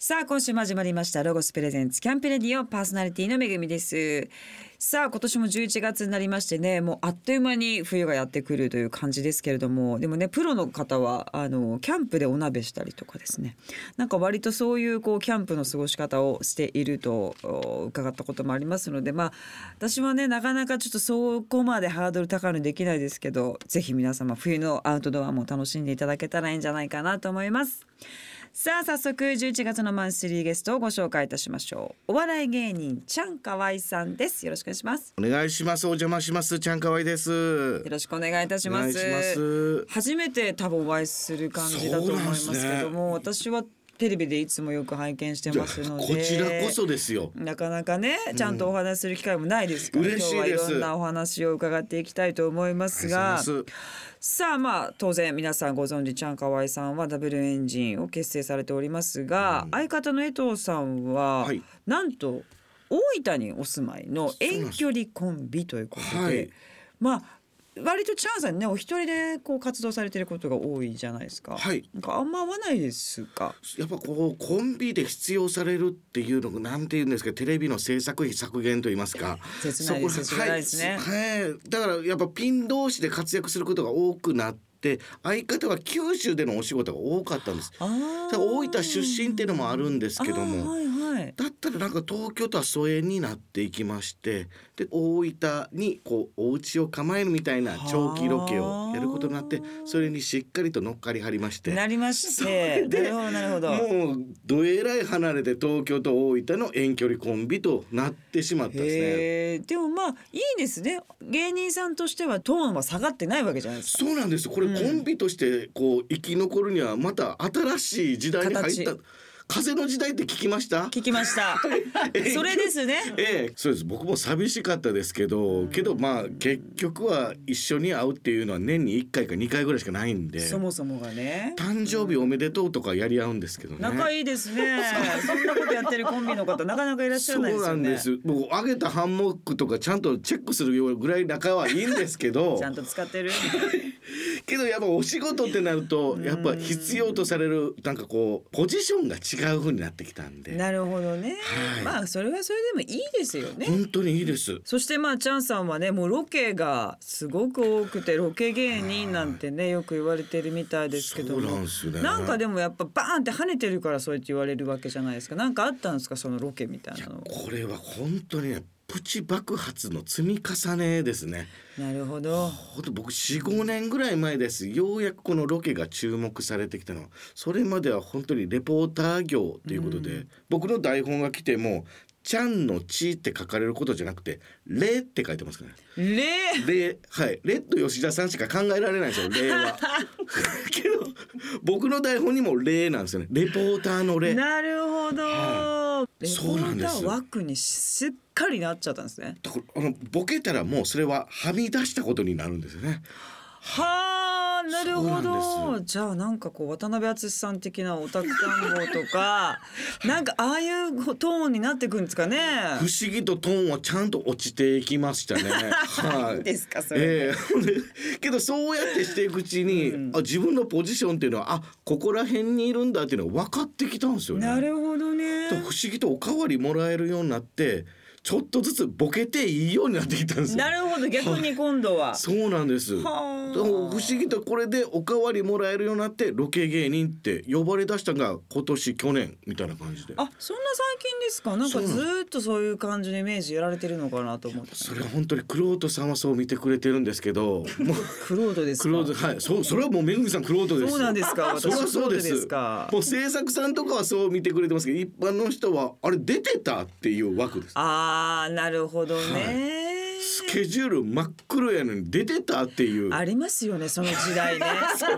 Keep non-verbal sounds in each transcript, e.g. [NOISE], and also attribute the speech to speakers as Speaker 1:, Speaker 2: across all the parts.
Speaker 1: さあ今週も始まりましたロゴスプレゼンツキャンペレディオパーソナリティのめぐみですさあ今年も11月になりましてねもうあっという間に冬がやってくるという感じですけれどもでもねプロの方はあのキャンプでお鍋したりとかですねなんか割とそういうこうキャンプの過ごし方をしているとお伺ったこともありますのでまあ私はねなかなかちょっとそこまでハードル高いのできないですけどぜひ皆様冬のアウトドアも楽しんでいただけたらいいんじゃないかなと思います。さあ早速11月のマンスリーゲストをご紹介いたしましょうお笑い芸人ちゃんかわいさんですよろしくお願いします
Speaker 2: お願いします。お邪魔します。ちゃんかわいです。よ
Speaker 1: よろしくお願いいたします
Speaker 2: お願いします
Speaker 1: 初めて多分お会いする感じだと思いますけども、私はテレビでいつもよく拝見してますので
Speaker 2: こちらこそですよ。
Speaker 1: なかなかねちゃんとお話しする機会もないですから、
Speaker 2: 嬉しい
Speaker 1: 今日
Speaker 2: です
Speaker 1: はいろんなお話を伺っていきたいと思いますが
Speaker 2: ありがとうござい
Speaker 1: さあまあ当然皆さんご存知ちゃんかわいさんはダブルエンジンを結成されておりますが、相方の江藤さんは、
Speaker 2: はい
Speaker 1: なんと大分にお住まいの遠距離コンビということで
Speaker 2: はい
Speaker 1: まあ割とチャンさんねお一人でこう活動されてることが多いじゃないですか。
Speaker 2: はい
Speaker 1: なんかあんま合わないですか。
Speaker 2: やっぱこうコンビで必要されるっていうのがなんて言うんですかテレビの制作費削減と言いますか
Speaker 1: 切ないです
Speaker 2: そこら
Speaker 1: 切ないですね
Speaker 2: はい、はいだからやっぱピン同士で活躍することが多くなって相方は九州でのお仕事が多かったんです
Speaker 1: あー
Speaker 2: だから大分出身っていうのもあるんですけど
Speaker 1: あー
Speaker 2: も
Speaker 1: はいはい。
Speaker 2: だったらなんか東京とは疎遠になっていきましてで大分にこうお家を構えるみたいな長期ロケをやることになって
Speaker 1: はあ
Speaker 2: それにしっかりと乗っかり張りまして
Speaker 1: なりまして、
Speaker 2: それ
Speaker 1: な
Speaker 2: で
Speaker 1: るほどなるほど。
Speaker 2: もうどえらい離れて東京と大分の遠距離コンビとなってしまったんですね。
Speaker 1: へえでもまあいいですね芸人さんとしてはトーンは下がってないわけじゃないですか
Speaker 2: そうなんですこれ
Speaker 1: うん
Speaker 2: コンビとしてこう生き残るにはまた新しい時代に入った
Speaker 1: 形
Speaker 2: 風の時代って聞きました
Speaker 1: 聞きました
Speaker 2: [LAUGHS]
Speaker 1: それですね
Speaker 2: ええ、そうです僕も寂しかったですけどけどまあ結局は一緒に会うっていうのは年に1回か2回ぐらいしかないんで
Speaker 1: そもそもがね
Speaker 2: 誕生日おめでとうとかやり合うんですけどね。
Speaker 1: 仲いいですねそんなことやってるコンビの方なかなかいらっしゃらないですよね
Speaker 2: そうなんです僕上げたハンモックとかちゃんとチェックするぐらい仲はいいんですけど
Speaker 1: [LAUGHS] ちゃんと使って
Speaker 2: [LAUGHS]
Speaker 1: る
Speaker 2: けどやっぱお仕事ってなるとやっぱ必要とされるなんかこうポジションが違う風になってきたんで、
Speaker 1: なるほどね、
Speaker 2: はい
Speaker 1: まあそれはそれでもいいですよね
Speaker 2: 本当にいいです。
Speaker 1: そしてまあチャンさんはねもうロケがすごく多くてロケ芸人なんてねよく言われてるみたいですけども
Speaker 2: そうなんですよね
Speaker 1: なんかでもやっぱバーンって跳ねてるからそうやって言われるわけじゃないですかなんかあったんですかそのロケみたいなの
Speaker 2: これは本当にねプチ爆発の積み重ねですね。
Speaker 1: なるほど
Speaker 2: ほんと僕45年ぐらい前ですようやくこのロケが注目されてきたのはそれまでは本当にレポーター業ということで、僕の台本が来ても「ちゃんのち」って書かれることじゃなくて「れ」って書いてますからね。
Speaker 1: れ
Speaker 2: レはい、レッド吉田さんしか考えられないんですよ「れ」は。けど僕の台本にも「れ」なんですよねレポーターの「れ」
Speaker 1: なるほど、レポ
Speaker 2: そうな
Speaker 1: ー
Speaker 2: んで
Speaker 1: タ
Speaker 2: す
Speaker 1: ー枠にしっかりなっちゃったんですね
Speaker 2: だからあのボケたらもうそれははみ出したことになるんですよね。
Speaker 1: はあなるほ
Speaker 2: そうな
Speaker 1: どじゃあなんかこう渡辺篤さん的なオタク探訪と
Speaker 2: [LAUGHS]
Speaker 1: かなんかああいうトーンになってくんですかね
Speaker 2: 不思議とトーンはちゃんと落ちていきまし
Speaker 1: [LAUGHS]
Speaker 2: たね。はい。
Speaker 1: ですかそれ
Speaker 2: ええ [LAUGHS] ほんでけどそうやってしていくうちに、あ自分のポジションっていうのはあここら辺にいるんだっていうのが分かってきたんですよね。
Speaker 1: なるほどね
Speaker 2: だから不思議とおかわりもらえるようになってちょっとずつボケていいようになってきたんですよ。
Speaker 1: なるほど逆に今度は
Speaker 2: そうなんです。だから
Speaker 1: はあ
Speaker 2: 不思議とこれでおかわりもらえるようになってロケ芸人って呼ばれ出したのが今年去年みたいな感じで。
Speaker 1: あそんな最近ですかなんかずーっとそういう感じのイメージやられてるのかなと思って
Speaker 2: それは本当にクロートさんはそう見てくれてるんですけど、もう
Speaker 1: クロードですか
Speaker 2: クロートはい、そうそれはもうめぐみさんクロートです。
Speaker 1: そうなんですか
Speaker 2: そりゃそうで
Speaker 1: 私クロートです
Speaker 2: す
Speaker 1: か
Speaker 2: もう制作さんとかはそう見てくれてますけど、一般の人はあれ出てたっていう枠です。
Speaker 1: あーなるほどね、
Speaker 2: スケジュール真っ黒やのに出てたっていう。
Speaker 1: ありますよねその時
Speaker 2: [LAUGHS]
Speaker 1: 代ね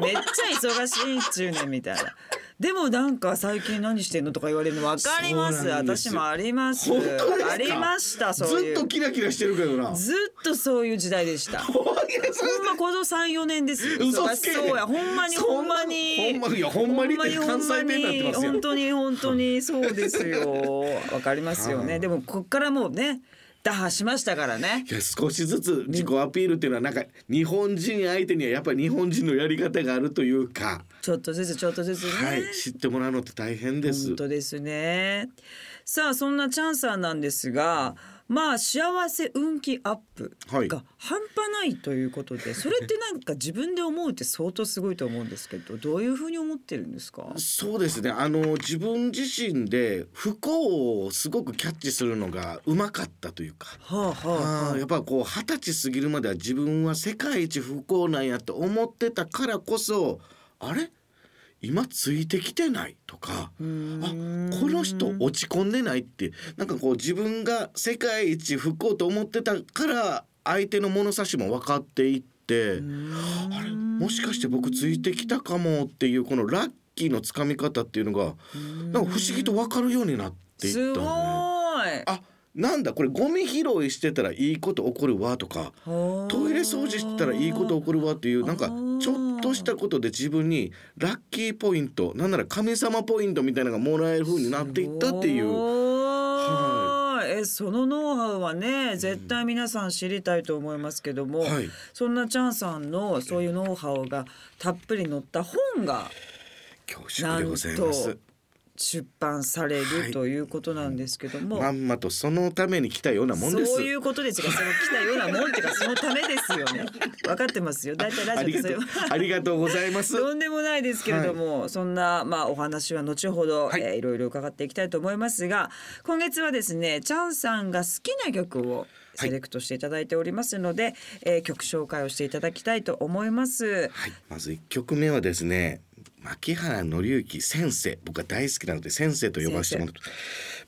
Speaker 1: めっちゃ忙しいっちゅうねんみたいなでもなんか最近何してんのとか言われるの分かります
Speaker 2: そうなんです
Speaker 1: 私
Speaker 2: よ
Speaker 1: もあります
Speaker 2: 本当ですか。
Speaker 1: ありましたそういう
Speaker 2: ずっとキラキラしてるけどな。
Speaker 1: ずっとそういう時代でした
Speaker 2: ほんまにそれ
Speaker 1: ほんまこの三四年ですよ。
Speaker 2: 嘘つけ
Speaker 1: 忙しそうや、ほんまに、
Speaker 2: そんな
Speaker 1: ほんまに。
Speaker 2: ほんまいやほんまにって
Speaker 1: ほんまに
Speaker 2: 関西弁になってますやん [LAUGHS]
Speaker 1: ほんまに本当に、本当に、そうですよ。わかりますよ
Speaker 2: は
Speaker 1: ね。
Speaker 2: い
Speaker 1: でも、こっからもうね。打破しましたからね
Speaker 2: いや少しずつ自己アピールっていうのはなんか日本人相手にはやっぱり日本人のやり方があるというか、
Speaker 1: ちょっとずつちょっとずつね、
Speaker 2: はい、知ってもらうのって大変です
Speaker 1: 本。当ですねさあそんなチャンさんなんですがまあ幸せ運気アップ
Speaker 2: はい
Speaker 1: が半端ないということで、それってなんか自分で思うって相当すごいと思うんですけどどういうふうに思ってるんですか
Speaker 2: そうですねあの自分自身で不幸をすごくキャッチするのがうまかったというか。
Speaker 1: はあはあ
Speaker 2: あ
Speaker 1: は
Speaker 2: ーやっぱこう二十歳過ぎるまでは自分は世界一不幸なんやと思ってたからこそあれ今ついてきてないとか
Speaker 1: うー
Speaker 2: あ
Speaker 1: ん
Speaker 2: この人落ち込んでないってなんかこう自分が世界一不幸と思ってたから相手の物差しも分かっていって
Speaker 1: あ
Speaker 2: あれもしかして僕ついてきたかもっていうこのラッキーのつかみ方っていうのがなんか不思議と分かるようになっていった
Speaker 1: す
Speaker 2: ん
Speaker 1: ごい
Speaker 2: だよね。あなんだこれゴミ拾いしてたらいいこと起こるわとかトイレ掃除してたらいいこと起こるわっていうなんか
Speaker 1: あー
Speaker 2: ちょっとしたことで自分にラッキーポイントなんなら神様ポイントみたいなのがもらえる風になっていったってい
Speaker 1: す
Speaker 2: う。
Speaker 1: ごいえそのノウハウはね絶対皆さん知りたいと思いますけども、
Speaker 2: はい
Speaker 1: そんなチャンさんのそういうノウハウがたっぷり載った本が
Speaker 2: 恐縮でございます。
Speaker 1: 出版され
Speaker 2: は
Speaker 1: る
Speaker 2: い
Speaker 1: ということなんですけども、
Speaker 2: まんまとそのために来たようなもんです。
Speaker 1: そういうことですが、その来たようなもんっていうか、そのためですよね。分かってますよ。大体ラ
Speaker 2: あ
Speaker 1: ジオ
Speaker 2: り
Speaker 1: で
Speaker 2: が
Speaker 1: そ
Speaker 2: と
Speaker 1: れは。
Speaker 2: うありがとうございます。
Speaker 1: とんでもないですけれども、そんなまあお話は後ほど、
Speaker 2: はい
Speaker 1: いえーいろいろ伺っていきたいと思いますが今月はですねチャンさんが好きな曲をセレクトしていただいておりますので、えー曲紹介をしていただきたいと思います。
Speaker 2: はい、まず一曲目はですね牧原紀之先生僕が大好きなので先生と呼ばせてもらう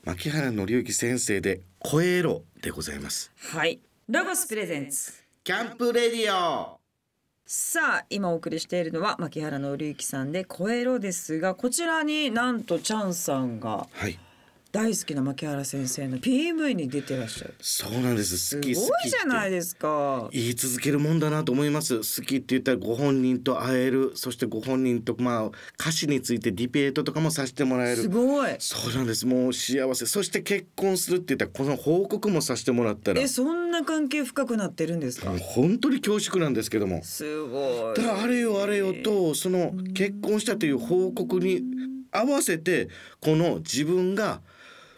Speaker 2: 牧原紀之先生で「声色」でございます
Speaker 1: はい、ロゴスプレゼンツ
Speaker 2: キャンプレディオ
Speaker 1: さあ今お送りしているのは牧原紀之さんで「声色」ですがこちらになんとチャンさんが
Speaker 2: はい
Speaker 1: 大好きな牧原先生の PV に出てらっしゃる。
Speaker 2: そうなんです
Speaker 1: す
Speaker 2: 好
Speaker 1: ご
Speaker 2: き
Speaker 1: いじ
Speaker 2: 好きって
Speaker 1: ゃないですか。
Speaker 2: 言い続けるもんだなと思います好きって言ったらご本人と会えるそしてご本人とまあ歌詞についてディベートとかもさせてもらえる
Speaker 1: すごい。
Speaker 2: そうなんですもう幸せそして結婚するって言ったらこの報告もさせてもらったら
Speaker 1: えそんな関係深くなってるんですか
Speaker 2: もう。本当に恐縮なんですけども
Speaker 1: すごい。
Speaker 2: だからあれよあれよとその結婚したという報告に合わせてこの自分が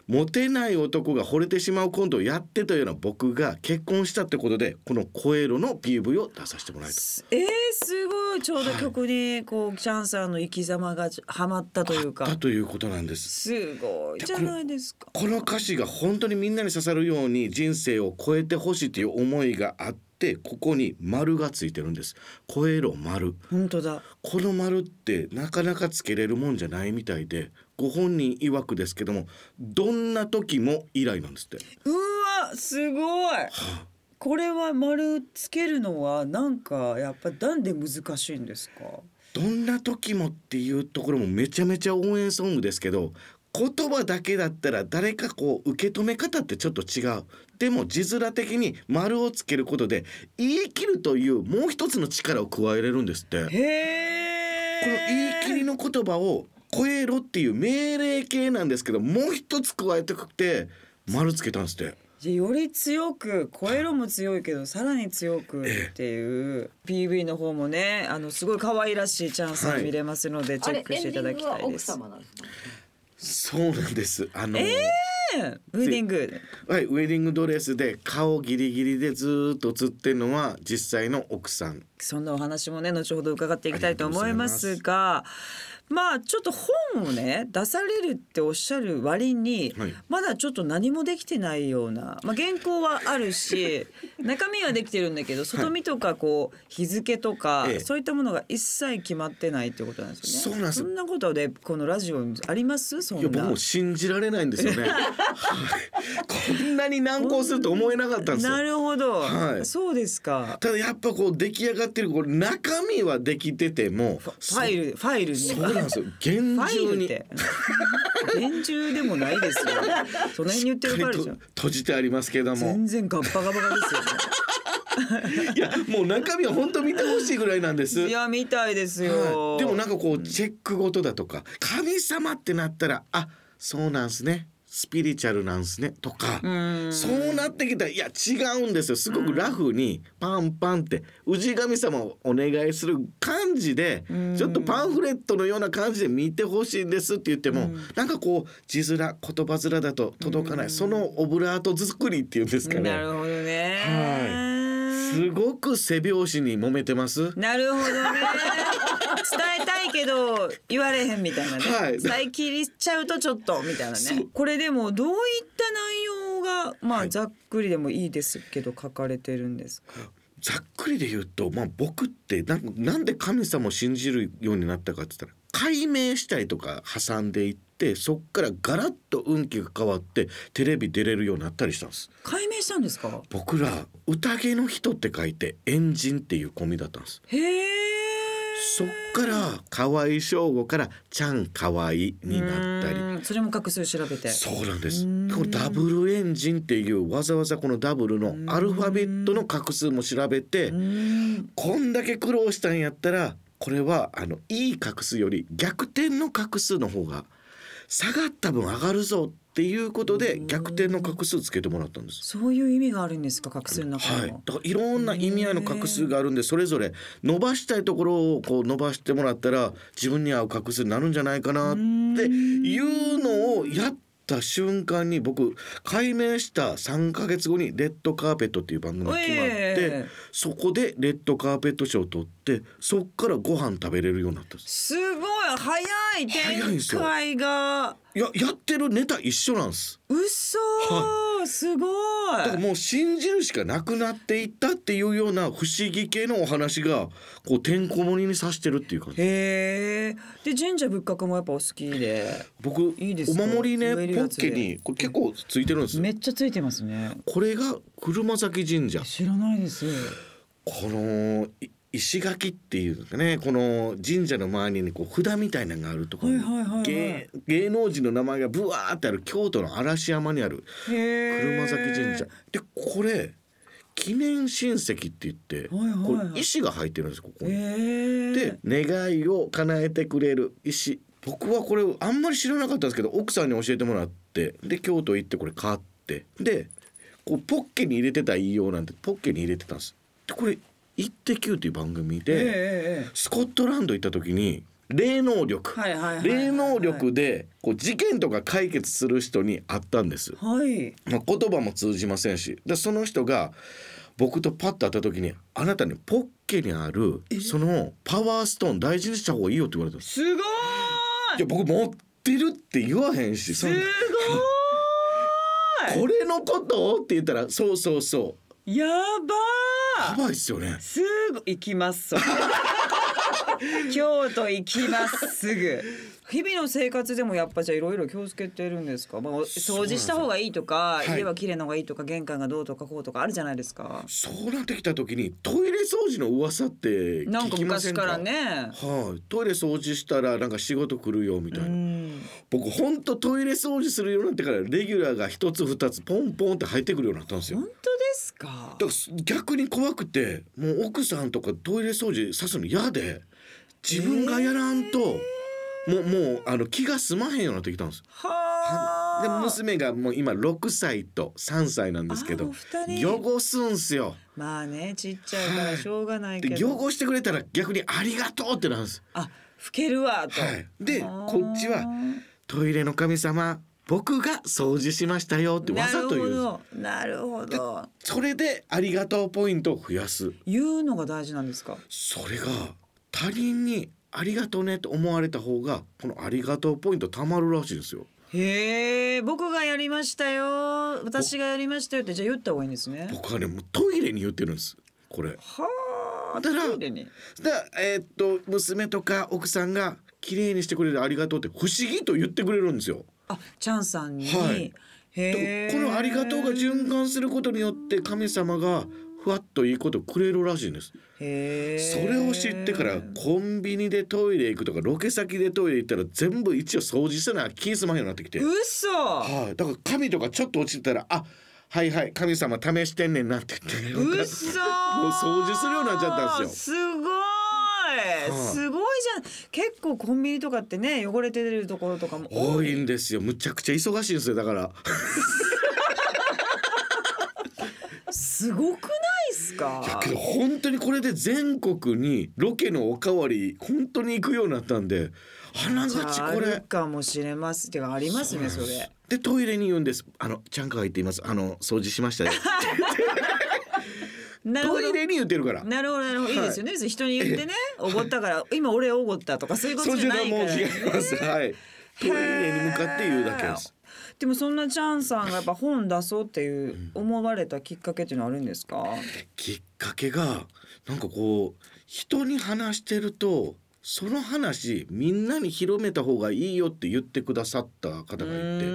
Speaker 2: モテない男が惚れてしまうコントをやってたような僕が結婚したってことでこの「声色」の PV を出させてもらいた
Speaker 1: すえー、すごいちょうど曲にこうチャンさんの生き様がはまったというか
Speaker 2: だ。ということなんです。
Speaker 1: すごいじゃないですか。
Speaker 2: この歌詞が本当にみんなに刺さるように人生を超えてほしいという思いがあってここに丸がついてるんです。声色丸。
Speaker 1: 本当だ。
Speaker 2: この丸ってなかなかつけれるもんじゃないみたいでご本人曰くですけどもどんな時も以来なんですって
Speaker 1: うわすごい。これは丸つけるのはなんかやっぱなんで難しいんですか。
Speaker 2: どんな時もっていうところもめちゃめちゃ応援ソングですけど言葉だけだったら誰かこう受け止め方ってちょっと違うでも字面的に丸をつけることで言い切るというもう一つの力を加えれるんですってこ
Speaker 1: へえ。
Speaker 2: の言い切りの言葉を超えろっていう命令形なんですけどもう一つ加えてくって丸つけたんですって
Speaker 1: じゃあより強く声色も強いけどさらに強くっていう PV の方もねあのすごい可愛らしいチャンスが見れますのでチ
Speaker 3: あ
Speaker 1: ェッ
Speaker 3: れ
Speaker 1: クしていただきたいです。
Speaker 3: エンディングは奥様なんですね
Speaker 2: そうなんです。あの、
Speaker 1: ねウェディング
Speaker 2: はい、ウェディングドレスで顔ギリギリでずーっと映ってるのは実際の奥さん。
Speaker 1: そんなお話もね後ほど伺っていきたいと思いますがまあちょっと本をね出されるっておっしゃる割に、
Speaker 2: はい
Speaker 1: まだちょっと何もできてないような、まあ、原稿はある
Speaker 2: [LAUGHS]
Speaker 1: し中身はできてるんだけど外見とかこう日付とか、
Speaker 2: ええ
Speaker 1: そういったものが一切決まってないってことなんですよね。
Speaker 2: そうなんです
Speaker 1: そんなことでこのラジオにありますそん
Speaker 2: いや
Speaker 1: な
Speaker 2: 僕も信じられないんですよ
Speaker 1: [LAUGHS]
Speaker 2: ね。はいこんなに難航すると思えなかったんですよ
Speaker 1: な。るほど、
Speaker 2: はい
Speaker 1: そうですか。
Speaker 2: ただやっぱこう出来上がってるこれ中身はできててもフ
Speaker 1: ファイルファイルに
Speaker 2: そうなんですよ
Speaker 1: フ
Speaker 2: 厳
Speaker 1: ァイ
Speaker 2: 重
Speaker 1: ルっ
Speaker 2: に
Speaker 1: て。厳重でもない [LAUGHS] ですよ。その辺に言ってるファイルじゃん。
Speaker 2: 閉じてありますけども
Speaker 1: 全然ガッパガバガですよ
Speaker 2: いやもう中身は本当見てほしいぐらいなんです
Speaker 1: ね。いやみたいです
Speaker 2: は
Speaker 1: よ。
Speaker 2: い、でもなんかこうチェックごとだとか神様ってなったらあそうなんすねスピリチュアルなんすねとか、
Speaker 1: うん
Speaker 2: そうなってきたらいや違うんですよすごくラフにパンパンって氏神様をお願いする感じで
Speaker 1: うん
Speaker 2: ちょっとパンフレットのような感じで見てほしいんですって言ってもなんかこう字面言葉面だと届かないそのオブラート作りっていうんですか
Speaker 1: な
Speaker 2: ね
Speaker 1: るほどね。
Speaker 2: すごく背拍子に揉めてます。
Speaker 1: なるほどね。伝えたいけど言われへんみたいなね。
Speaker 2: はい
Speaker 1: 伝え切りちゃうとちょっとみたいな
Speaker 2: そ
Speaker 1: ね
Speaker 2: う。
Speaker 1: これでもどういった内容がまあざっくりでもいいですけど書かれてるんですか。
Speaker 2: ざっくりで言うと、まあ、僕ってなんなんで神様を信じるようになったかって言ったら解明したりとか挟んでいってそっからガラッと運気が変わってテレビ出れるようになったりしたんです
Speaker 1: 解明したんですか。
Speaker 2: 僕ら「宴の人」って書いて「エ人」っていうコンビだったんです
Speaker 1: へえ。
Speaker 2: そっから河合翔吾から「ちゃん河合」になったり
Speaker 1: うんそれも画数調べて。
Speaker 2: そうなんです
Speaker 1: うん
Speaker 2: これダブルエンジンっていうわざわざこのダブルのアルファベットの画数も調べて
Speaker 1: うん
Speaker 2: こんだけ苦労したんやったらこれはあのいい画数より逆転の画数の方が下がった分上がるぞっていうことで逆転の画数つけてもらったんです。
Speaker 1: そういう意味があるんですか画数の中
Speaker 2: はい、
Speaker 1: に
Speaker 2: だ
Speaker 1: も。
Speaker 2: からいろんな意味合いの画数があるんでそれぞれ伸ばしたいところをこう伸ばしてもらったら自分に合う画数になるんじゃないかなっていうのをやった瞬間に僕改名した3ヶ月後に「レッドカーペット」っていう番組が決まって、
Speaker 1: ええ
Speaker 2: そこでレッドカーペット賞を取ってそっからご飯食べれるようになったんです
Speaker 1: すごい早い
Speaker 2: 早いんです
Speaker 1: 展
Speaker 2: よ
Speaker 1: 開が
Speaker 2: いややってるネタ一緒なんです
Speaker 1: 嘘、すごい
Speaker 2: だからもう信じるしかなくなっていったっていうような不思議系のお話がこうてんこ盛りにさしてるっていう感じ
Speaker 1: へえで神社仏閣もやっぱお好きで
Speaker 2: 僕
Speaker 1: いいです
Speaker 2: お
Speaker 1: か
Speaker 2: 守りね
Speaker 1: 言える
Speaker 2: ポ
Speaker 1: やつ
Speaker 2: ッ
Speaker 1: で
Speaker 2: ケにこれ結構ついてるんですよ
Speaker 1: めっちゃついてますね
Speaker 2: これが車崎神社
Speaker 1: 知らないです
Speaker 2: このい石垣っていうんですかねこの神社の周りにこう札みたいなのがあるところに、
Speaker 1: はいはいはいはい
Speaker 2: 芸芸能人の名前がブワーってある京都の嵐山にある
Speaker 1: へえ
Speaker 2: 車崎神社でこれ記念親戚って言って、
Speaker 1: はいはいはい
Speaker 2: これ石が入ってるんですここに。
Speaker 1: へえ
Speaker 2: で願いを叶えてくれる石僕はこれあんまり知らなかったんですけど奥さんに教えてもらってで京都行ってこれ買ってでこうポッケに入れてたいいよなんてポッケに入れてたんです。でこれ「イッテ Q!」っていう番組
Speaker 1: ええ
Speaker 2: で
Speaker 1: えええ
Speaker 2: スコットランド行った時に霊能力、
Speaker 1: はいはいはいはい
Speaker 2: 霊能力でこう事件とか解決する人に会ったんです。
Speaker 1: えはい
Speaker 2: まあ、言葉も通じませんしでその人が僕とパッと会った時に「あなたにポッケにあるそのパワーストーン大事にした方がいいよ」って言われたんです。
Speaker 1: すご
Speaker 2: い
Speaker 1: い
Speaker 2: や僕持ってるって言わへんしそ
Speaker 1: す
Speaker 2: ん
Speaker 1: ご
Speaker 2: ないこれのことって言ったら「そうそうそう」
Speaker 1: やば
Speaker 2: や
Speaker 1: ー
Speaker 2: ばいっすよね。
Speaker 1: すぐ行きます。 [LAUGHS] それ京都行きます。すぐ。日々の生活でもやっぱじゃあいろいろ気をつけてるんですか。まあ掃除した方がいいとか、
Speaker 2: そうなんですよはい
Speaker 1: 家は綺麗な方がいいとか、玄関がどうとかこうとかあるじゃないですか。
Speaker 2: そうなってきた時にトイレ掃除の噂って
Speaker 1: なん
Speaker 2: 聞
Speaker 1: か
Speaker 2: きま
Speaker 1: 昔
Speaker 2: せんか
Speaker 1: からね。
Speaker 2: はい、トイレ掃除したらなんか仕事来るよみたいうな、
Speaker 1: ん。
Speaker 2: 僕ほんとトイレ掃除するようになってからレギュラーが一つ二つポンポンって入ってくるようになったんですよ
Speaker 1: 本当ですか
Speaker 2: だか。らす逆に怖くてもう奥さんとかトイレ掃除さすの嫌で自分がやらんと、もうもうあの気が済まへんようになってきたんです。
Speaker 1: はあ。
Speaker 2: で娘がもう今6歳と3歳なんですけ
Speaker 1: あ
Speaker 2: ど
Speaker 1: お二人
Speaker 2: 汚すんすよ
Speaker 1: まあね、ちっちゃいからしょうがないけ
Speaker 2: で
Speaker 1: ど。
Speaker 2: 汚してくれたら逆に「ありがとう」ってなんです。
Speaker 1: あ、拭けるわと。
Speaker 2: はい、で
Speaker 1: あー
Speaker 2: こっちは「トイレの神様僕が掃除しましたよ」ってわざと言うんです
Speaker 1: なるほど。なるほど。
Speaker 2: それで「ありがとう」ポイントを増やす。
Speaker 1: 言うのが大事なんですか。
Speaker 2: それが他人にありがとうねと思われた方がこのありがとうポイント貯まるらしいんですよ
Speaker 1: へえ、僕がやりましたよ。私がやりましたよってじゃあ言った方がいいんですね。
Speaker 2: 僕はねもうトイレに言ってるんですこれ
Speaker 1: はあ、
Speaker 2: だから
Speaker 1: トイレに。
Speaker 2: だえーっと娘とか奥さんが綺麗にしてくれるありがとうって不思議と言ってくれるんですよ
Speaker 1: あ、チャンさんに。
Speaker 2: はい
Speaker 1: へ
Speaker 2: で
Speaker 1: え。
Speaker 2: このありがとうが循環することによって神様がふわっといいことくれるらしいんです
Speaker 1: へえ。
Speaker 2: それを知ってからコンビニでトイレ行くとかロケ先でトイレ行ったら全部一応掃除せな気済まへんようになってきて
Speaker 1: 嘘。
Speaker 2: はい、だから神とかちょっと落ちてたら「あはいはい神様試してんねんな」って言って
Speaker 1: 嘘。
Speaker 2: もう掃除するようになっちゃったんです
Speaker 1: すごい。
Speaker 2: い
Speaker 1: すごいじゃん結構コンビニとかってね汚れてるところとかも
Speaker 2: 多いんですよむちゃくちゃ忙しいんですよだから
Speaker 1: すごくないですか
Speaker 2: いやけど本当にこれで全国にロケのおかわり本当に行くようになったんであながち
Speaker 1: あ
Speaker 2: これ
Speaker 1: るかもしれますてかありますねそれ
Speaker 2: でトイレに言うんですあのちゃんかが言っていますあの掃除しまし
Speaker 1: [LAUGHS]
Speaker 2: たよ
Speaker 1: なるほ
Speaker 2: トイ
Speaker 1: ど
Speaker 2: レに言ってるから
Speaker 1: なるほどなるほどいいですよね、人に言って
Speaker 2: [LAUGHS]
Speaker 1: ねおごったから今俺おごったとかそういうこと
Speaker 2: 掃
Speaker 1: じゃ
Speaker 2: 除
Speaker 1: な
Speaker 2: はい
Speaker 1: か
Speaker 2: もう
Speaker 1: ら、
Speaker 2: 違
Speaker 1: ね、
Speaker 2: いますはいトイレに向かって言うだけです
Speaker 1: でもそんなチャンさんがやっぱ本出そうっていう思われたきっかけっていうのはあるんですか、
Speaker 2: きっかけがなんかこう人に話してるとその話みんなに広めた方がいいよって言ってくださった方
Speaker 1: う
Speaker 2: がいて。
Speaker 1: ー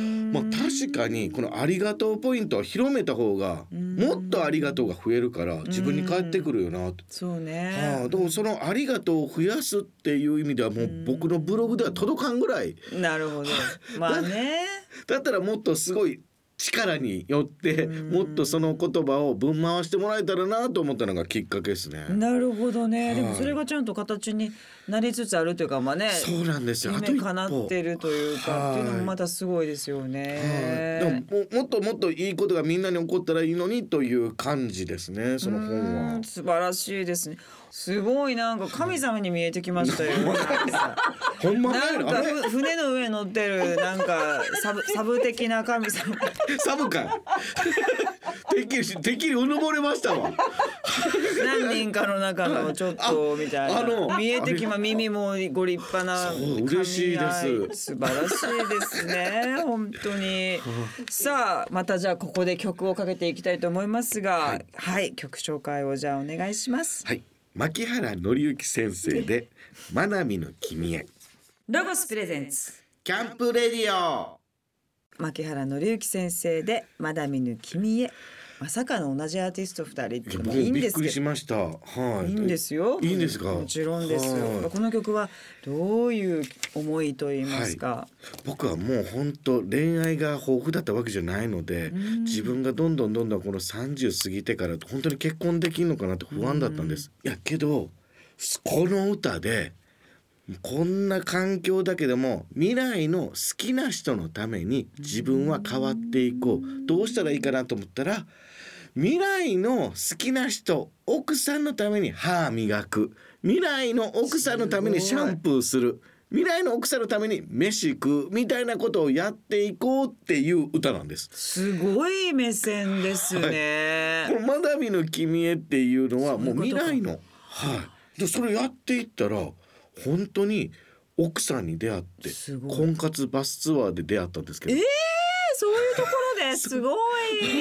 Speaker 1: ん
Speaker 2: まあ、確かにこの「ありがとう」ポイントを広めた方がもっと「ありがとう」が増えるから自分に返ってくるよなと。
Speaker 1: そうね、
Speaker 2: はあ、でもその「ありがとう」を増やすっていう意味ではもう僕のブログでは届かんぐらい
Speaker 1: なる
Speaker 2: [LAUGHS]
Speaker 1: ほどまあね
Speaker 2: だったらもっとすごい力によってもっとその言葉をぶん回してもらえたらなと思ったのがきっかけですね。
Speaker 1: なるほどね、
Speaker 2: はい
Speaker 1: でもそれがちゃんと形になりつつあるというかまあね
Speaker 2: そうなんですよあと
Speaker 1: 夢
Speaker 2: 一
Speaker 1: 叶
Speaker 2: 歩
Speaker 1: ってるというか
Speaker 2: は
Speaker 1: っ
Speaker 2: い
Speaker 1: ていうのもまたすごいですよね、
Speaker 2: はいでもももっともっといいことがみんなに起こったらいいのにという感じですねその本
Speaker 1: う
Speaker 2: は
Speaker 1: ん。素晴らしいですねすごいなんか神様に見えてきま
Speaker 2: [LAUGHS]
Speaker 1: したよ
Speaker 2: ほんま
Speaker 1: なん
Speaker 2: あ
Speaker 1: か
Speaker 2: れ
Speaker 1: ふ船の上に乗ってるなんかサブサブ的な神
Speaker 2: [LAUGHS]
Speaker 1: 様
Speaker 2: サブかい。てっきりし、てっきりうぬぼれましたわ。
Speaker 1: 何人かの中のちょっとみたいな
Speaker 2: あの
Speaker 1: 見えてきま耳もご立派な
Speaker 2: そう嬉しいです
Speaker 1: 神愛素晴らしいですね
Speaker 2: [LAUGHS]
Speaker 1: 本当にさあまたじゃあここで曲をかけていきたいと思いますがはい、曲紹介をじゃあお願いします
Speaker 2: はい。牧原紀之先
Speaker 1: [LAUGHS]
Speaker 2: 生で、まなみの君へ。
Speaker 1: ロゴスプレゼンツ
Speaker 2: キャンプレディオ。
Speaker 1: 牧原紀之先生でまだ見ぬ君へまさかの同じアーティスト二人っていうのもいいん
Speaker 2: び
Speaker 1: で
Speaker 2: っ
Speaker 1: す
Speaker 2: く
Speaker 1: け
Speaker 2: りし
Speaker 1: ど
Speaker 2: ました。はい。
Speaker 1: いいんですよ
Speaker 2: いいんですか
Speaker 1: もちろんです
Speaker 2: は
Speaker 1: よ
Speaker 2: い
Speaker 1: この曲はどういう思いと言いますか、
Speaker 2: 僕はもう本当恋愛が豊富だったわけじゃないので、自分がどんどんどんどんこの30過ぎてから本当に結婚できるのかなって不安だったんです。いやけどこの歌でこんな環境だけども未来の好きな人のために自分は変わっていこうどうしたらいいかなと思ったら未来の好きな人奥さんのために歯磨く未来の奥さんのためにシャンプーする未来の奥さんのために飯食うみたいなことをやっていこうっていう歌なんです。
Speaker 1: すごい目線ですね、
Speaker 2: この「まだ見ぬ君へ」っていうのはもう
Speaker 1: そういう
Speaker 2: 未
Speaker 1: ことか
Speaker 2: 来のはいでそれやっていったら本当に奥さんに出会って
Speaker 1: すごい
Speaker 2: 婚活バスツアーで出会ったんですけど
Speaker 1: えそういうところですご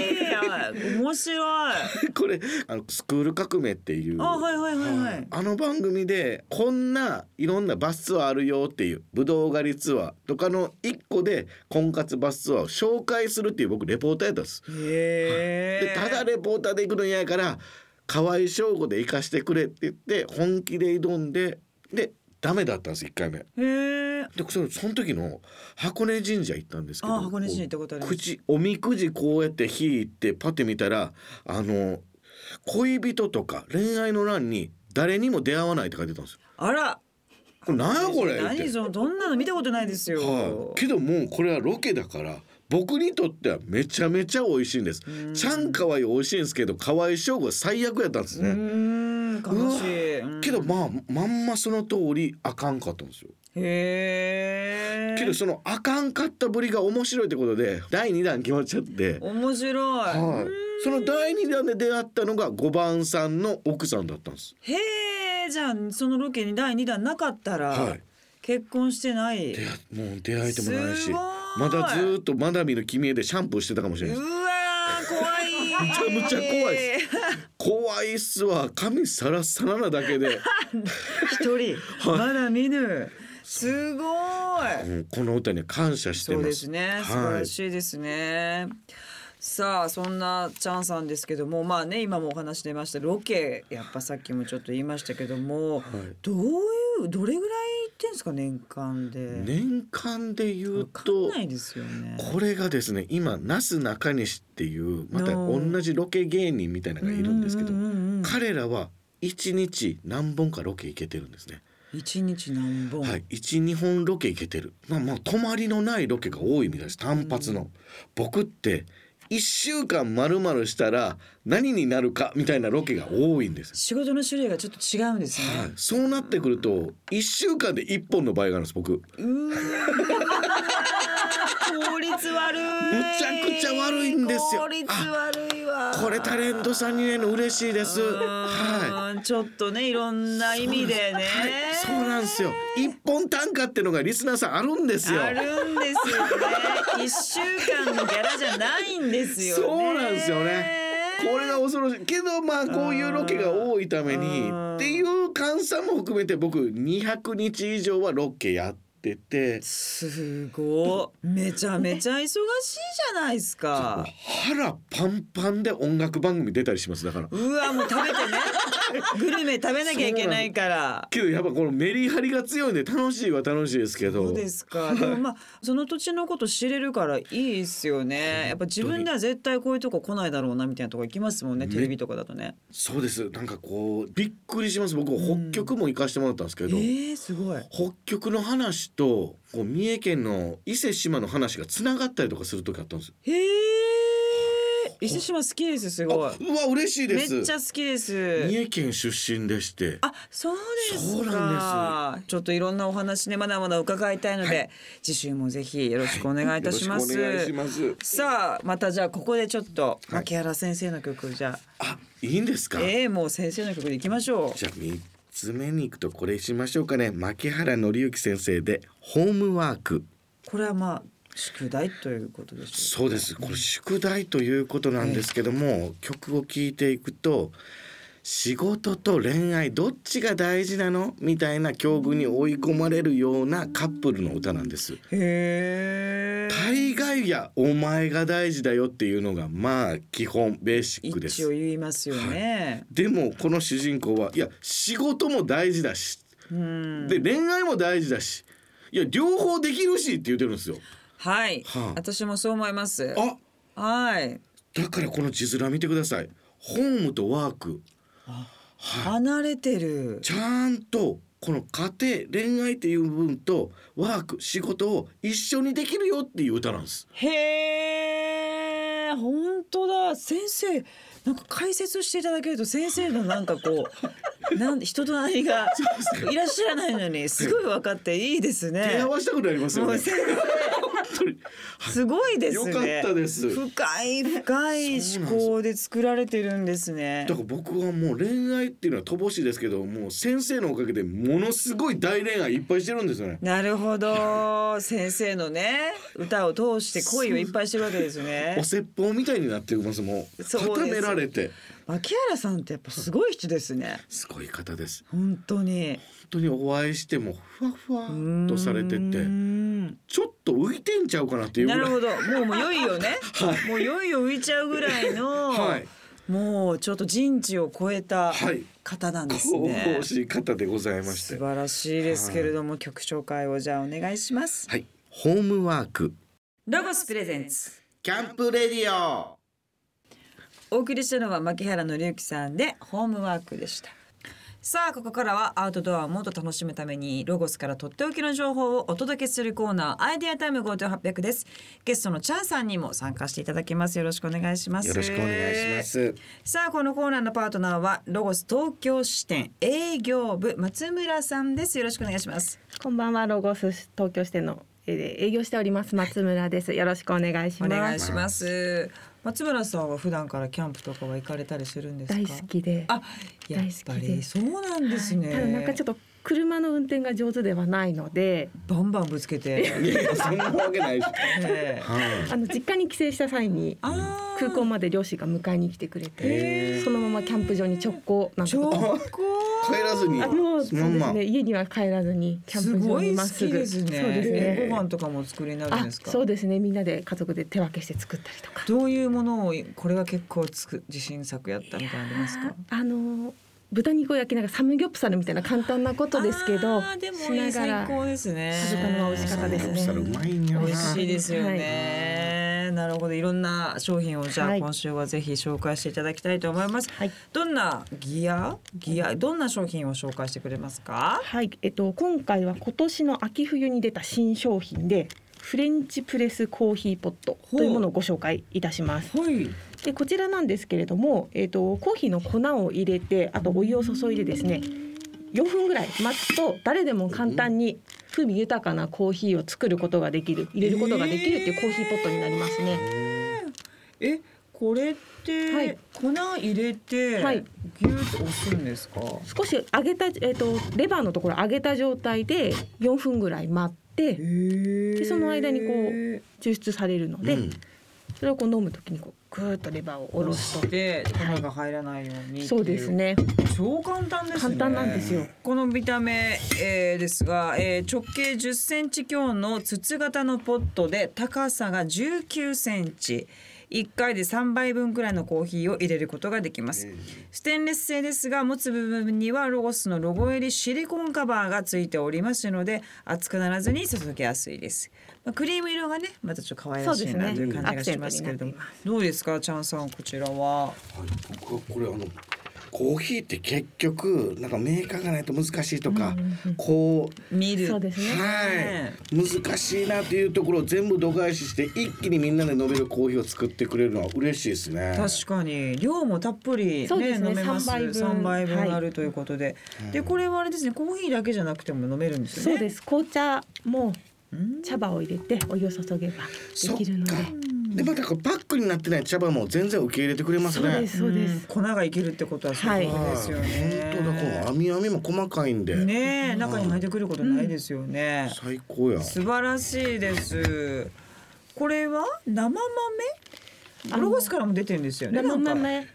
Speaker 1: い面白い
Speaker 2: [LAUGHS] これあのスクール革命っていう
Speaker 1: あはいはいはいはい、
Speaker 2: あの番組でこんないろんなバスツアーあるよっていうぶどう狩りツアーとかの一個で婚活バスツアーを紹介するっていう僕レポーターやったんです。
Speaker 1: へ
Speaker 2: で
Speaker 1: え
Speaker 2: ただレポーターで行くの嫌やから河合翔吾で行かしてくれって言って本気で挑んででダメだったんです1回目。で
Speaker 1: へえ
Speaker 2: そのその時の箱根神社行ったんですけど
Speaker 1: あ箱根神社行ったことあります
Speaker 2: 口おみくじこうやって引いてパッて見たらあの恋人とか恋愛の欄に誰にも出会わないって書いてたんですよ。
Speaker 1: あら
Speaker 2: これなんやこれ言
Speaker 1: 何
Speaker 2: って
Speaker 1: そのどんなの見たことないですよ、
Speaker 2: はい、けどもうこれはロケだから僕にとってはめちゃめちゃ美味しいんですちゃんかわい美味しいんですけどかわい翔吾最悪やったんです
Speaker 1: う
Speaker 2: ね
Speaker 1: ーん悲しいうん
Speaker 2: けどまあまんまその通りあかんかったんですよ
Speaker 1: へえ
Speaker 2: けどそのあかんかったぶりが面白いってことで第2弾決まっちゃって
Speaker 1: 面白い、
Speaker 2: はいその第2弾で出会ったのが5番さんの奥さんだったんです
Speaker 1: へえじゃあそのロケに第二弾なかったら、
Speaker 2: はい
Speaker 1: 結婚してない
Speaker 2: 出会もう出会えてもない
Speaker 1: すご
Speaker 2: し
Speaker 1: い
Speaker 2: まだずーっとまだ見ぬ君へでシャンプーしてたかもしれな
Speaker 1: う
Speaker 2: いです
Speaker 1: わー怖い
Speaker 2: めちゃめちゃ怖いで怖いっすわ髪サラッサラなだけで
Speaker 1: 一人まだ見ぬすごい
Speaker 2: うんこの歌には感謝して
Speaker 1: そ
Speaker 2: ま
Speaker 1: う
Speaker 2: す
Speaker 1: ですね素晴らしいですね、さあそんなチャンさんですけどもまあね今もお話出ましたロケやっぱさっきもちょっと言いましたけども、どういうどれぐらい行ってんですか年間で、
Speaker 2: はい、年間で言
Speaker 1: わ
Speaker 2: う
Speaker 1: かん
Speaker 2: と
Speaker 1: ないですよね
Speaker 2: これがですね今なすなかにしっていうまた
Speaker 1: う
Speaker 2: 同
Speaker 1: ん
Speaker 2: じロケ芸人みたいなのがいるんですけど
Speaker 1: うんうんうんうん
Speaker 2: 彼らは一日何本かロケ行けてるんですね
Speaker 1: 一日何本、
Speaker 2: はい、12本ロケ行けてるまあまあ泊まりのないロケが多いみたいです単発の、僕って1週間まるまるしたら何になるかみたいなロケが多いんです、
Speaker 1: 仕事の種類がちょっと違うんですね、
Speaker 2: はい、そうなってくると1週間で1本の場合があるんです僕む
Speaker 1: うーん効率悪い
Speaker 2: ちゃくちゃ悪いんですよ
Speaker 1: 効率
Speaker 2: あ
Speaker 1: 悪いわ
Speaker 2: これタレントさんに言えるの嬉しいですはい
Speaker 1: はい、ちょっとねいろんな意味でね
Speaker 2: はい、そうなんですよ一本単価ってのがリスナーさんあるんですよ
Speaker 1: あるんですよね一週間のギャラじゃないんですよね
Speaker 2: そうなんですよねこれが恐ろしいけどまあこういうロケが多いために
Speaker 1: うん
Speaker 2: っていう換算も含めて僕200日以上はロケやってて
Speaker 1: すごいめちゃめちゃ忙しいじゃないですか
Speaker 2: 腹パンパンで音楽番組出たりしますだから。
Speaker 1: うわもう
Speaker 2: [LAUGHS]
Speaker 1: 食べてねグルメ食べなきゃいけないから
Speaker 2: けどやっぱこのメリハリが強いんで楽しいは楽しいですけど
Speaker 1: そうですか。でもまあその土地のこと知れるからいいですよね。やっぱ自分では絶対こういうとこ来ないだろうなみたいなとこ行きますもんね。
Speaker 2: ね
Speaker 1: テレビとかだとね。
Speaker 2: そうですなんかこうびっくりします僕
Speaker 1: ん
Speaker 2: 北極も行かしてもらったんですけ
Speaker 1: え
Speaker 2: ど、
Speaker 1: ー、すごい。
Speaker 2: 北極の話とこう三重県の伊勢志摩の話がつながったりとかする時あったんですよ。
Speaker 1: へえ。伊勢島好きです。す
Speaker 2: あう
Speaker 1: ごい
Speaker 2: わ。嬉しいで
Speaker 1: め
Speaker 2: す
Speaker 1: っちゃ好きです。
Speaker 2: 三重県出身でして
Speaker 1: あ、そうですか。
Speaker 2: そうなん
Speaker 1: ちょっといろんなお話ねまだまだ伺いたいので、次週もぜひよろしくお願いいたします。
Speaker 2: よろしくお願いします
Speaker 1: さあまたじゃあここでちょっと牧原先生の曲じゃあ、
Speaker 2: あいいんですか、
Speaker 1: えー、もう先生の曲でいきましょう。
Speaker 2: じゃあ3つ目に行くとこれしましょうかね牧原紀之先生でホームワーク
Speaker 1: これはまあ宿題ということでしょ
Speaker 2: そうですこれ宿題ということなんですけども、曲を聴いていくと仕事と恋愛どっちが大事なのみたいな境遇に追い込まれるようなカップルの歌なんです
Speaker 1: う。へえ。
Speaker 2: 大概やお前が大事だよっていうのがまあ基本ベーシックです
Speaker 1: 一応言いますよね。
Speaker 2: でもこの主人公はいや仕事も大事だし、
Speaker 1: うん。
Speaker 2: で恋愛も大事だしいや両方できるしって言ってるんですよ。
Speaker 1: はい、
Speaker 2: はあ
Speaker 1: 私もそう思います。
Speaker 2: あ
Speaker 1: はい。
Speaker 2: だからこの字面見てください。ホームとワークはい
Speaker 1: 離れてる。
Speaker 2: ちゃんとこの家庭恋愛っていう部分とワーク仕事を一緒にできるよっていう歌なんです。
Speaker 1: へえ。本当だ。先生。なんか解説していただけると先生のなんかこう。なん人となりが。いらっしゃらないのに、すごい分かっていいです
Speaker 2: 手
Speaker 1: ね
Speaker 2: 合。わしたくなりますよ
Speaker 1: もう
Speaker 2: ね。
Speaker 1: 先
Speaker 2: 本 [LAUGHS] 当に
Speaker 1: すごいですね。
Speaker 2: よかったです
Speaker 1: 深い深い思考で作られてるんですね
Speaker 2: だ。から僕はもう恋愛っていうのは乏しいですけどもう先生のおかげでものすごい大恋愛いっぱいしてるんですよね。
Speaker 1: なるほど、先生のね、歌を通して恋をいっぱいしてるわけですね
Speaker 2: お。説法みたいになってますもう
Speaker 1: そうです
Speaker 2: 固められて
Speaker 1: 牧原さんってやっぱすごい人ですね。
Speaker 2: すごい方です
Speaker 1: 本当に。
Speaker 2: 本当にお会いしてもふわふわっとされて
Speaker 1: う
Speaker 2: て
Speaker 1: ーん
Speaker 2: ちょっと浮いてんちゃうかなっていうぐ
Speaker 1: なる
Speaker 2: らい
Speaker 1: ほど、もうもう良いよね。
Speaker 2: [LAUGHS] はい
Speaker 1: もう良いよ浮いちゃうぐらいの、
Speaker 2: はい
Speaker 1: もうちょっと人知を超えた
Speaker 2: はい
Speaker 1: 方なんです
Speaker 2: 神
Speaker 1: ね
Speaker 2: 々。しい方でございまし
Speaker 1: 素
Speaker 2: て
Speaker 1: 晴らしいですけれども、曲紹介をじゃあお願いします。
Speaker 2: はいホームワーク
Speaker 1: ロゴスプレゼンツ。
Speaker 2: キャンプレディオ
Speaker 1: お送りしたのは牧原の之さんでホームワークでしたさあここからはアウトドアをもっと楽しむためにロゴスからとっておきの情報をお届けするコーナーアイデアタイム5800ですゲストのチャンさんにも参加していただきますよろしくお願いします
Speaker 2: よろしくお願いします
Speaker 1: さあこのコーナーのパートナーはロゴス東京支店営業部松村さんですよろしくお願いします
Speaker 3: こんばんはロゴス東京支店のえー営業しております松村です。よろしくお願いし
Speaker 1: お
Speaker 3: ます。
Speaker 1: 願いします松村さんは普段からキャンプとかは行かれたりするんですか
Speaker 3: 大好きで。
Speaker 1: あ、やっぱ
Speaker 3: 大好き
Speaker 1: り
Speaker 3: で
Speaker 1: そうなんですね。
Speaker 3: ただなんかちょっと車の運転が上手ではないので、
Speaker 1: バンバンぶつけ
Speaker 3: [LAUGHS]
Speaker 1: て。
Speaker 2: いやいやそんなわけないです
Speaker 1: ええ
Speaker 2: はい
Speaker 3: あの実家に帰省した際に
Speaker 1: あー
Speaker 3: 空港まで両親が迎えに来てくれ
Speaker 2: へ
Speaker 3: て、そのままキャンプ場に直行なんて
Speaker 1: ち
Speaker 3: こ
Speaker 1: ょ
Speaker 3: とも
Speaker 1: っこ
Speaker 2: 帰らずに
Speaker 3: あもう
Speaker 2: そ
Speaker 3: そう
Speaker 2: の
Speaker 3: で
Speaker 2: ますんま
Speaker 3: ね家には帰らずにキャ
Speaker 1: す
Speaker 3: ンプ場
Speaker 1: ご
Speaker 3: に
Speaker 1: い
Speaker 3: ま
Speaker 1: 好
Speaker 3: っす
Speaker 1: き
Speaker 3: ぐ
Speaker 1: ですね。
Speaker 3: そうですね。
Speaker 1: ご飯とかもお作りになるん
Speaker 3: あ
Speaker 1: ですか。
Speaker 3: そうですねみんなで家族で手分けして作ったりとか。
Speaker 1: どういうものをこれは結構つく自信作やったみたいなのありますか。
Speaker 3: あの豚肉を焼きながらサムギョプサルみたいな簡単なことですけど
Speaker 1: あーでも
Speaker 3: しなが
Speaker 1: 最
Speaker 3: ら
Speaker 1: 高ですね。
Speaker 3: 静かな美味しかったですね
Speaker 2: サムギョプサルうまいんやな
Speaker 1: 美味しいですよね。なるほどいろんな商品をじゃあ
Speaker 3: はい
Speaker 1: 今週はぜひ紹介していただきたいと思います、
Speaker 3: はい
Speaker 1: どんなギアギアどんな商品を紹介してくれますか
Speaker 3: はい、えっと今回は今年の秋冬に出た新商品でフレンチプレスコーヒーポットというものをご紹介いたします。
Speaker 1: はい
Speaker 3: でこちらなんですけれども、えっとコーヒーの粉を入れてあとお湯を注いでですね、4分ぐらい待つと誰でも簡単に風味豊かなコーヒーを作ることができる入れることができるっていうコーヒーポットになりますね。
Speaker 1: えこれって、
Speaker 3: はい
Speaker 1: 粉入れて、
Speaker 3: はい
Speaker 1: ギューッと押すんですか
Speaker 3: 少し上げたえっとレバーのところ上げた状態で4分ぐらい待って
Speaker 1: で
Speaker 3: その間にこう抽出されるので。
Speaker 2: うん
Speaker 3: それをこう飲むときにこうグーッとレバーを下
Speaker 1: 下ろ
Speaker 3: ろ
Speaker 1: し
Speaker 3: す
Speaker 1: て
Speaker 3: はい
Speaker 1: 粉が入らないように
Speaker 3: と。そうですね。
Speaker 1: 超簡単ですね
Speaker 3: 簡単なんですよ
Speaker 1: この見た目、えーですが、えー直径10センチ強の筒型のポットで高さが19センチ1回で3杯分くらいのコーヒーを入れることができます、ステンレス製ですが持つ部分にはロゴスのロゴ入りシリコンカバーがついておりますので熱くならずに注ぎやすいです、まあ、クリーム色がねまたちょっと可愛らしいな
Speaker 3: そうですね
Speaker 1: という感じがしますけれども、
Speaker 3: アクセントになっていま
Speaker 1: どうですかチャンさんこちらは
Speaker 2: はい、僕はこれあのコーヒーって結局なんかメーカーがないと難しいとか、こう
Speaker 1: 見る
Speaker 3: そうですね。
Speaker 2: はい、難しいなっていうところを全部度外視して一気にみんなで飲めるコーヒーを作ってくれるのは嬉しいですね。
Speaker 1: 確かに量もたっぷり、ね
Speaker 3: そうですね
Speaker 1: 飲めます
Speaker 3: 三杯分
Speaker 1: 三杯分
Speaker 3: はい
Speaker 1: あるということで、でこれはあれですねコーヒーだけじゃなくても飲めるんです
Speaker 3: そ
Speaker 1: よ
Speaker 3: う
Speaker 1: ね
Speaker 3: です。紅茶も
Speaker 1: うん
Speaker 3: 茶葉を入れてお湯を注げばできるので
Speaker 2: そ。っかでまたこうパックになってない茶葉も全然受け入れてくれます
Speaker 3: そ
Speaker 2: ね。
Speaker 3: うです。そうです。
Speaker 1: 粉がいけるってことはそういうこと
Speaker 2: はい
Speaker 1: ですよね、
Speaker 2: 本当だこの網網も細かいんで、
Speaker 1: ねえ中に入ってくることないですよね、
Speaker 2: 最高や。
Speaker 1: 素晴らしいですこれは生豆
Speaker 3: あの
Speaker 1: ロゴスからも出てるんですよね
Speaker 3: 生
Speaker 1: なんか
Speaker 3: 豆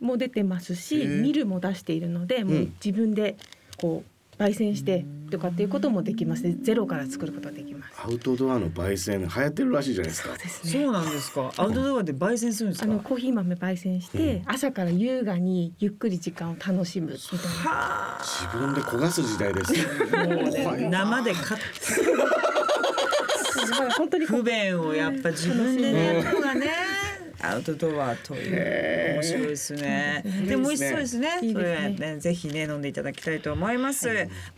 Speaker 3: も出てますし、
Speaker 2: うん
Speaker 3: ミルも出しているので、もう自分でこう焙煎してとかっていうこともできますね。ゼロから作ることができます。
Speaker 2: アウトドアの焙煎流行ってるらしいじゃないですか
Speaker 3: そう。です
Speaker 1: そ
Speaker 3: ね。
Speaker 1: うなんですかアウトドアで焙煎するんです
Speaker 3: あ
Speaker 1: か
Speaker 3: のコーヒー豆焙煎して、朝から優雅にゆっくり時間を楽しむみたいな。
Speaker 1: はあ
Speaker 2: 自分で焦がす時代です。
Speaker 1: もうね生で買って
Speaker 3: だから本当にこう
Speaker 1: 不便をやっぱ自分でねやるのがねアウトドアという面白いですねでも美味しそうですね
Speaker 3: いい
Speaker 1: そ
Speaker 3: で
Speaker 1: れ
Speaker 3: すね
Speaker 1: はねぜひね飲んでいただきたいと思います、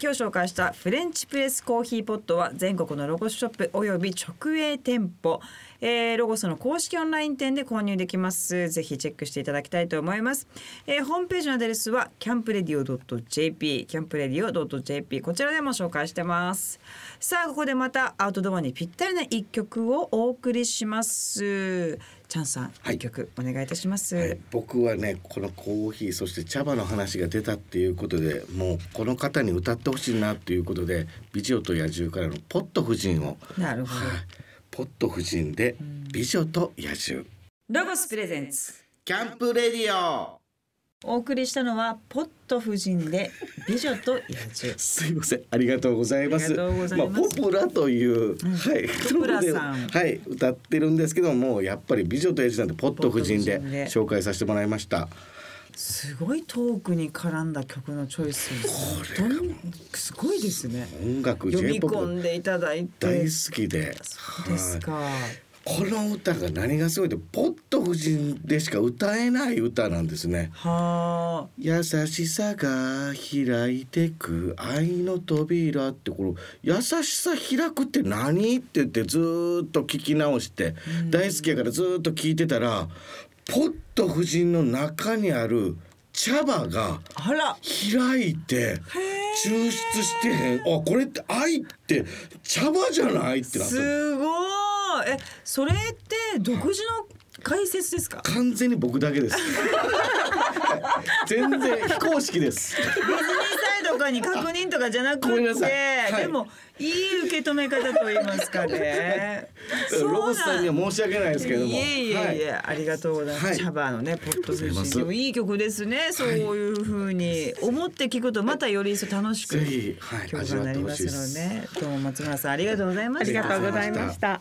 Speaker 1: 今日紹介したフレンチプレスコーヒーポットは全国のロゴスショップおよび直営店舗、えーロゴスの公式オンライン店で購入できますぜひチェックしていただきたいと思います、えーホームページのアドレスはキャンプレディオ .jp キャンプレディオ .jp こちらでも紹介してますさあここでまたアウトドアにぴったりな一曲をお送りしますチャンさん、
Speaker 2: はい
Speaker 1: 一曲お願いいたします、
Speaker 2: はい、僕はねこのコーヒーそして茶葉の話が出たっていうことでもうこの方に歌ってほしいなっていうことで「美女と野獣」からの「ポット夫人を」
Speaker 1: なるほ
Speaker 2: は
Speaker 1: ど
Speaker 2: いポット夫人で「美女と野獣
Speaker 1: ロゴスプレゼンツ」
Speaker 2: キャンプレディオ
Speaker 1: お送りしたのはポット夫人で美女と野獣
Speaker 2: すいませんありがとうございます
Speaker 1: ありがとうございます
Speaker 2: あ、ポプラという、はい
Speaker 1: ポ
Speaker 2: [LAUGHS]
Speaker 1: プラさん
Speaker 2: はい歌ってるんですけどもやっぱり「美女と野獣」なんてポット夫人で
Speaker 1: ポット夫人で
Speaker 2: 紹介させてもらいました。
Speaker 1: すごいトークに絡んだ曲のチョイス
Speaker 2: これが
Speaker 1: どんすごいですね
Speaker 2: 音楽
Speaker 1: 呼び
Speaker 2: J-POP
Speaker 1: 込んでいただい
Speaker 2: 大
Speaker 1: て
Speaker 2: 好きで
Speaker 1: そうですか、
Speaker 2: この歌が何がすごいってポット夫人でしか歌えない歌なんですね
Speaker 1: はあ
Speaker 2: 優しさが開いてく愛の扉ってこの優しさ開くって何って言ってずーっと聞き直して大好きやからずーっと聞いてたらポット夫人の中にある茶葉が
Speaker 1: あら
Speaker 2: 開いて抽出してへんあこれって愛って茶葉じゃないってなった
Speaker 1: すごいえそれって独自の解説ですか
Speaker 2: 完全に僕だけ
Speaker 1: [LAUGHS]
Speaker 2: です。全然非公式です。
Speaker 1: ディズニーサイドかに確認とかじゃなく
Speaker 2: ごめん
Speaker 1: て
Speaker 2: なさいはい
Speaker 1: でもいい受け止め方と言いますかねそう
Speaker 2: ロボス
Speaker 1: な
Speaker 2: さん
Speaker 1: ん
Speaker 2: には申し訳ないですけれども。
Speaker 1: いえい
Speaker 2: は
Speaker 1: え
Speaker 2: い
Speaker 1: いえ、ありがとうございます。
Speaker 2: はい
Speaker 1: 茶葉のね、ポット
Speaker 2: ありがとうござ
Speaker 1: 夫
Speaker 2: います
Speaker 1: 人でもいい曲ですね。そういう風に思って聞くと、またより一層楽しく
Speaker 2: ぜひはい
Speaker 1: 曲がなりますので、ね。どうも松村さん、ありがとうございま
Speaker 3: あ
Speaker 1: し
Speaker 3: り
Speaker 1: た
Speaker 3: がとうございました。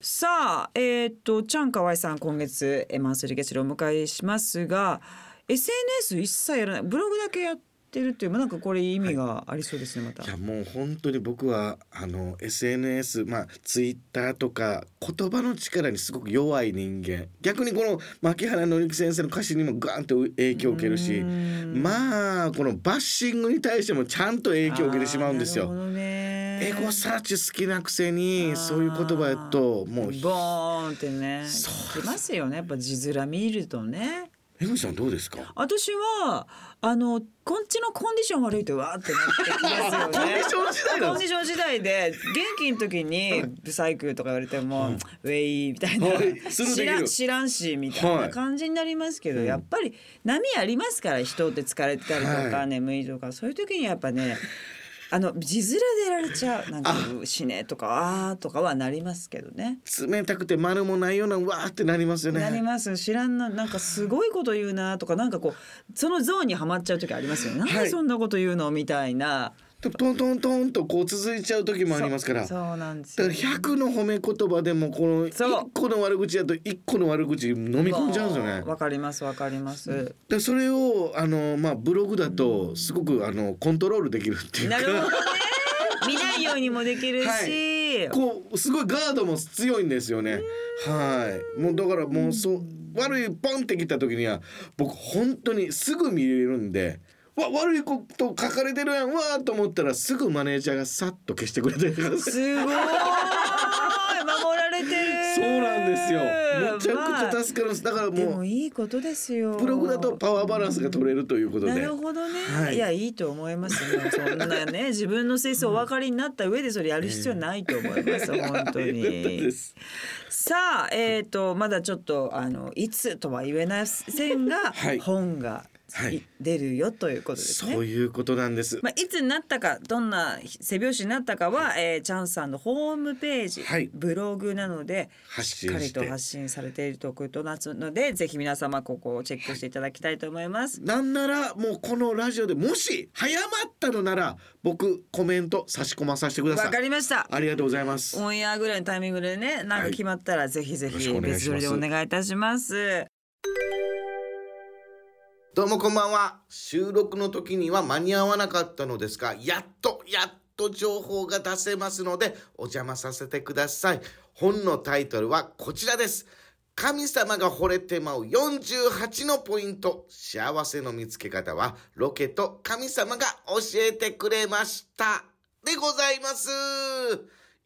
Speaker 1: さあ、えーっと、ちゃんかわいさん、今月、えーマンスリーゲストでお迎えしますが。S. N. S. 一切やらない、ブログだけやっってるっていうまあなんかこれ意味がありそうですねまた。
Speaker 2: いやもう本当に僕はあの SNS まあツイッターとか言葉の力にすごく弱い人間逆にこの牧原紀之先生の歌詞にもガーンと影響を受けるし
Speaker 1: あ
Speaker 2: まあこのバッシングに対してもちゃんと影響を受けてしまうんです
Speaker 1: ー
Speaker 2: よ。
Speaker 1: なるほどね
Speaker 2: エゴサーチ好きなくせ
Speaker 1: あ
Speaker 2: に
Speaker 1: ー
Speaker 2: そういう言葉やともう
Speaker 1: ボーンってね
Speaker 2: そう
Speaker 1: きますよねやっぱ字面見るとね。
Speaker 2: 江口さんどうですか
Speaker 1: 私はあのこっちのコンディション悪いとわーってなってきますよね。
Speaker 2: [LAUGHS] コンディション次第な
Speaker 1: コ
Speaker 2: ん
Speaker 1: ンディ
Speaker 2: です
Speaker 1: ション時代で元気の時にブサイクとか言われても、
Speaker 2: はい
Speaker 1: ウェイみたいな、
Speaker 2: はいする
Speaker 1: 知
Speaker 2: できる
Speaker 1: らん知らんしみたい
Speaker 2: は
Speaker 1: ない感じになりますけど、
Speaker 2: うん
Speaker 1: やっぱり波ありますから人って疲れてたりとか、
Speaker 2: はい
Speaker 1: 眠いとかそういう時にやっぱねあの字面でやられちゃうなんか「死ね」とか「あー」とかはなりますけどね。
Speaker 2: 冷たくて丸もないようなうわーってなりますよね
Speaker 1: なります知らんななんかすごいこと言うなとかなんかこうそのゾーンにはまっちゃう時ありますよね、なん
Speaker 2: は
Speaker 1: で
Speaker 2: い
Speaker 1: そんなこと言うのみたいな
Speaker 2: でトントントンとこう続いちゃう時もありますから
Speaker 1: そうそうなんです
Speaker 2: だ
Speaker 1: よ
Speaker 2: から100の褒め言葉でもこの
Speaker 1: そう
Speaker 2: 1個の悪口だと1個の悪口飲み込んじゃうんですよね。
Speaker 1: わかりますわかります。
Speaker 2: でそれをあの、まあ、ブログだとすごくあのコントロールできるっていうか
Speaker 1: なるほどね。見ないようにもできるし、
Speaker 2: こうすごいガードも強いんですよね。はいもうだからもうそう悪いポンってきた時には僕本当にすぐ見れるんで。わ悪いこと書かれてるやんわーと思ったらすぐマネージャーがさっと消してくれてる
Speaker 1: すごい守られてる。
Speaker 2: そうなんですよ。めちゃくちゃ助かるんです。だから
Speaker 1: まあで
Speaker 2: も
Speaker 1: も
Speaker 2: う
Speaker 1: いいことですよ。
Speaker 2: ブログだとパワーバランスが取れるということ
Speaker 1: な
Speaker 2: で
Speaker 1: る。ほどね、
Speaker 2: はい
Speaker 1: い、やいいと思いますねそんな
Speaker 2: [LAUGHS]
Speaker 1: ね自分の性質をお分かりになった上でそれやる必要ないと思います、本当
Speaker 2: よかった
Speaker 1: に
Speaker 2: です
Speaker 1: さあえっ、とまだちょっとあのいつとは言えませんが、
Speaker 2: はい
Speaker 1: 本が
Speaker 2: はい
Speaker 1: い出るよということですね
Speaker 2: そういうことなんです。
Speaker 1: まあ、いつになったかどんな背表紙になったかは、えー、チャンさんのホームページ、
Speaker 2: はい
Speaker 1: ブログなので
Speaker 2: 発
Speaker 1: しっか
Speaker 2: 信
Speaker 1: り
Speaker 2: し
Speaker 1: と
Speaker 2: て。
Speaker 1: 発信されているということなのでぜひ皆様ここをチェックしていただきたいと思います。
Speaker 2: なんならもうこのラジオでもし早まったのなら僕コメント差し込まさせてくだ
Speaker 1: わ、
Speaker 2: さ
Speaker 1: か
Speaker 2: い。
Speaker 1: りました
Speaker 2: ありがとうございます。
Speaker 1: オンエアぐらいのタイミングでねなんか決まったらぜひぜ
Speaker 2: よろ
Speaker 1: ひ
Speaker 2: しくお願い
Speaker 1: 別
Speaker 2: し
Speaker 1: 撮
Speaker 2: ま
Speaker 1: り
Speaker 2: す
Speaker 1: でお願いいたします。
Speaker 2: どうもこんばんは。収録の時には間に合わなかったのですが、やっと、やっと情報が出せますので、お邪魔させてください。本のタイトルはこちらです。神様が惚れてまう48のポイント。幸せの見つけ方は、ロケと神様が教えてくれました。でございます。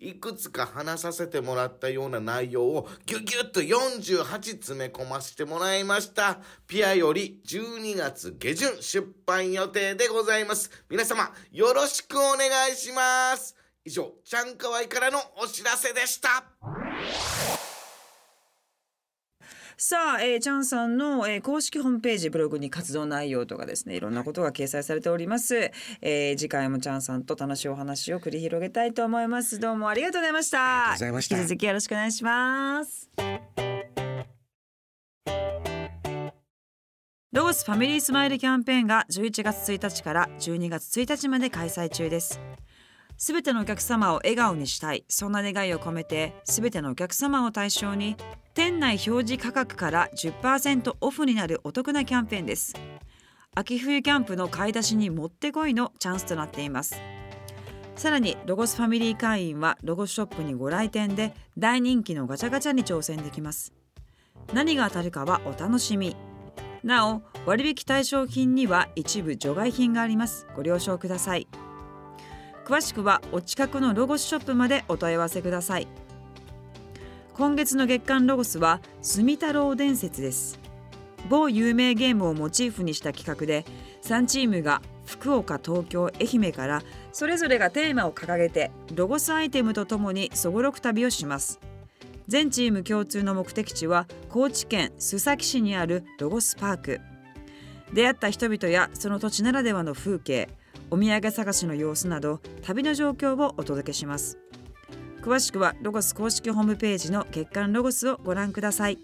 Speaker 2: いくつか話させてもらったような内容をギュギュッと48詰め込ませてもらいました。ピアより12月下旬出版予定でございます。皆様よろしくお願いします。以上、ちゃんかわいからのお知らせでした。
Speaker 1: さあ、えー、チャンさんの、えー、公式ホームページブログに活動内容とかですねいろんなことが掲載されております、えー、次回もチャンさんと楽しいお話を繰り広げたいと思いますどうもありがとうございました
Speaker 2: ありがとうございました
Speaker 1: 引き続きよろしくお願いしますロゴスファミリースマイルキャンペーンが11月1日から12月1日まで開催中ですすべてのお客様を笑顔にしたいそんな願いを込めてすべてのお客様を対象に店内表示価格から10%オフになるお得なキャンペーンです秋冬キャンプの買い出しにもってこいのチャンスとなっていますさらにロゴスファミリー会員はロゴスショップにご来店で大人気のガチャガチャに挑戦できます何が当たるかはお楽しみなお割引対象品には一部除外品がありますご了承ください詳しくはお近くのロゴスショップまでお問い合わせください今月の月刊ロゴスは「住太郎伝説」です某有名ゲームをモチーフにした企画で3チームが福岡東京愛媛からそれぞれがテーマを掲げてロゴスアイテムとともにそごろく旅をします全チーム共通の目的地は高知県須崎市にあるロゴスパーク出会った人々やその土地ならではの風景お土産探しの様子など旅の状況をお届けします詳しくはロゴス公式ホームページの月刊ロゴスをご覧ください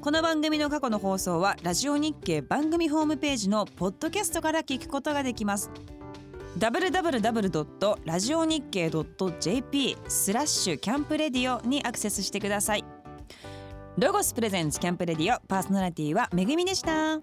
Speaker 1: この番組の過去の放送はラジオ日経番組ホームページのポッドキャストから聞くことができます www.radionickei.jp スラッシュキャンプレディオにアクセスしてくださいロゴスプレゼンツキャンプレディオパーソナリティはめぐみでした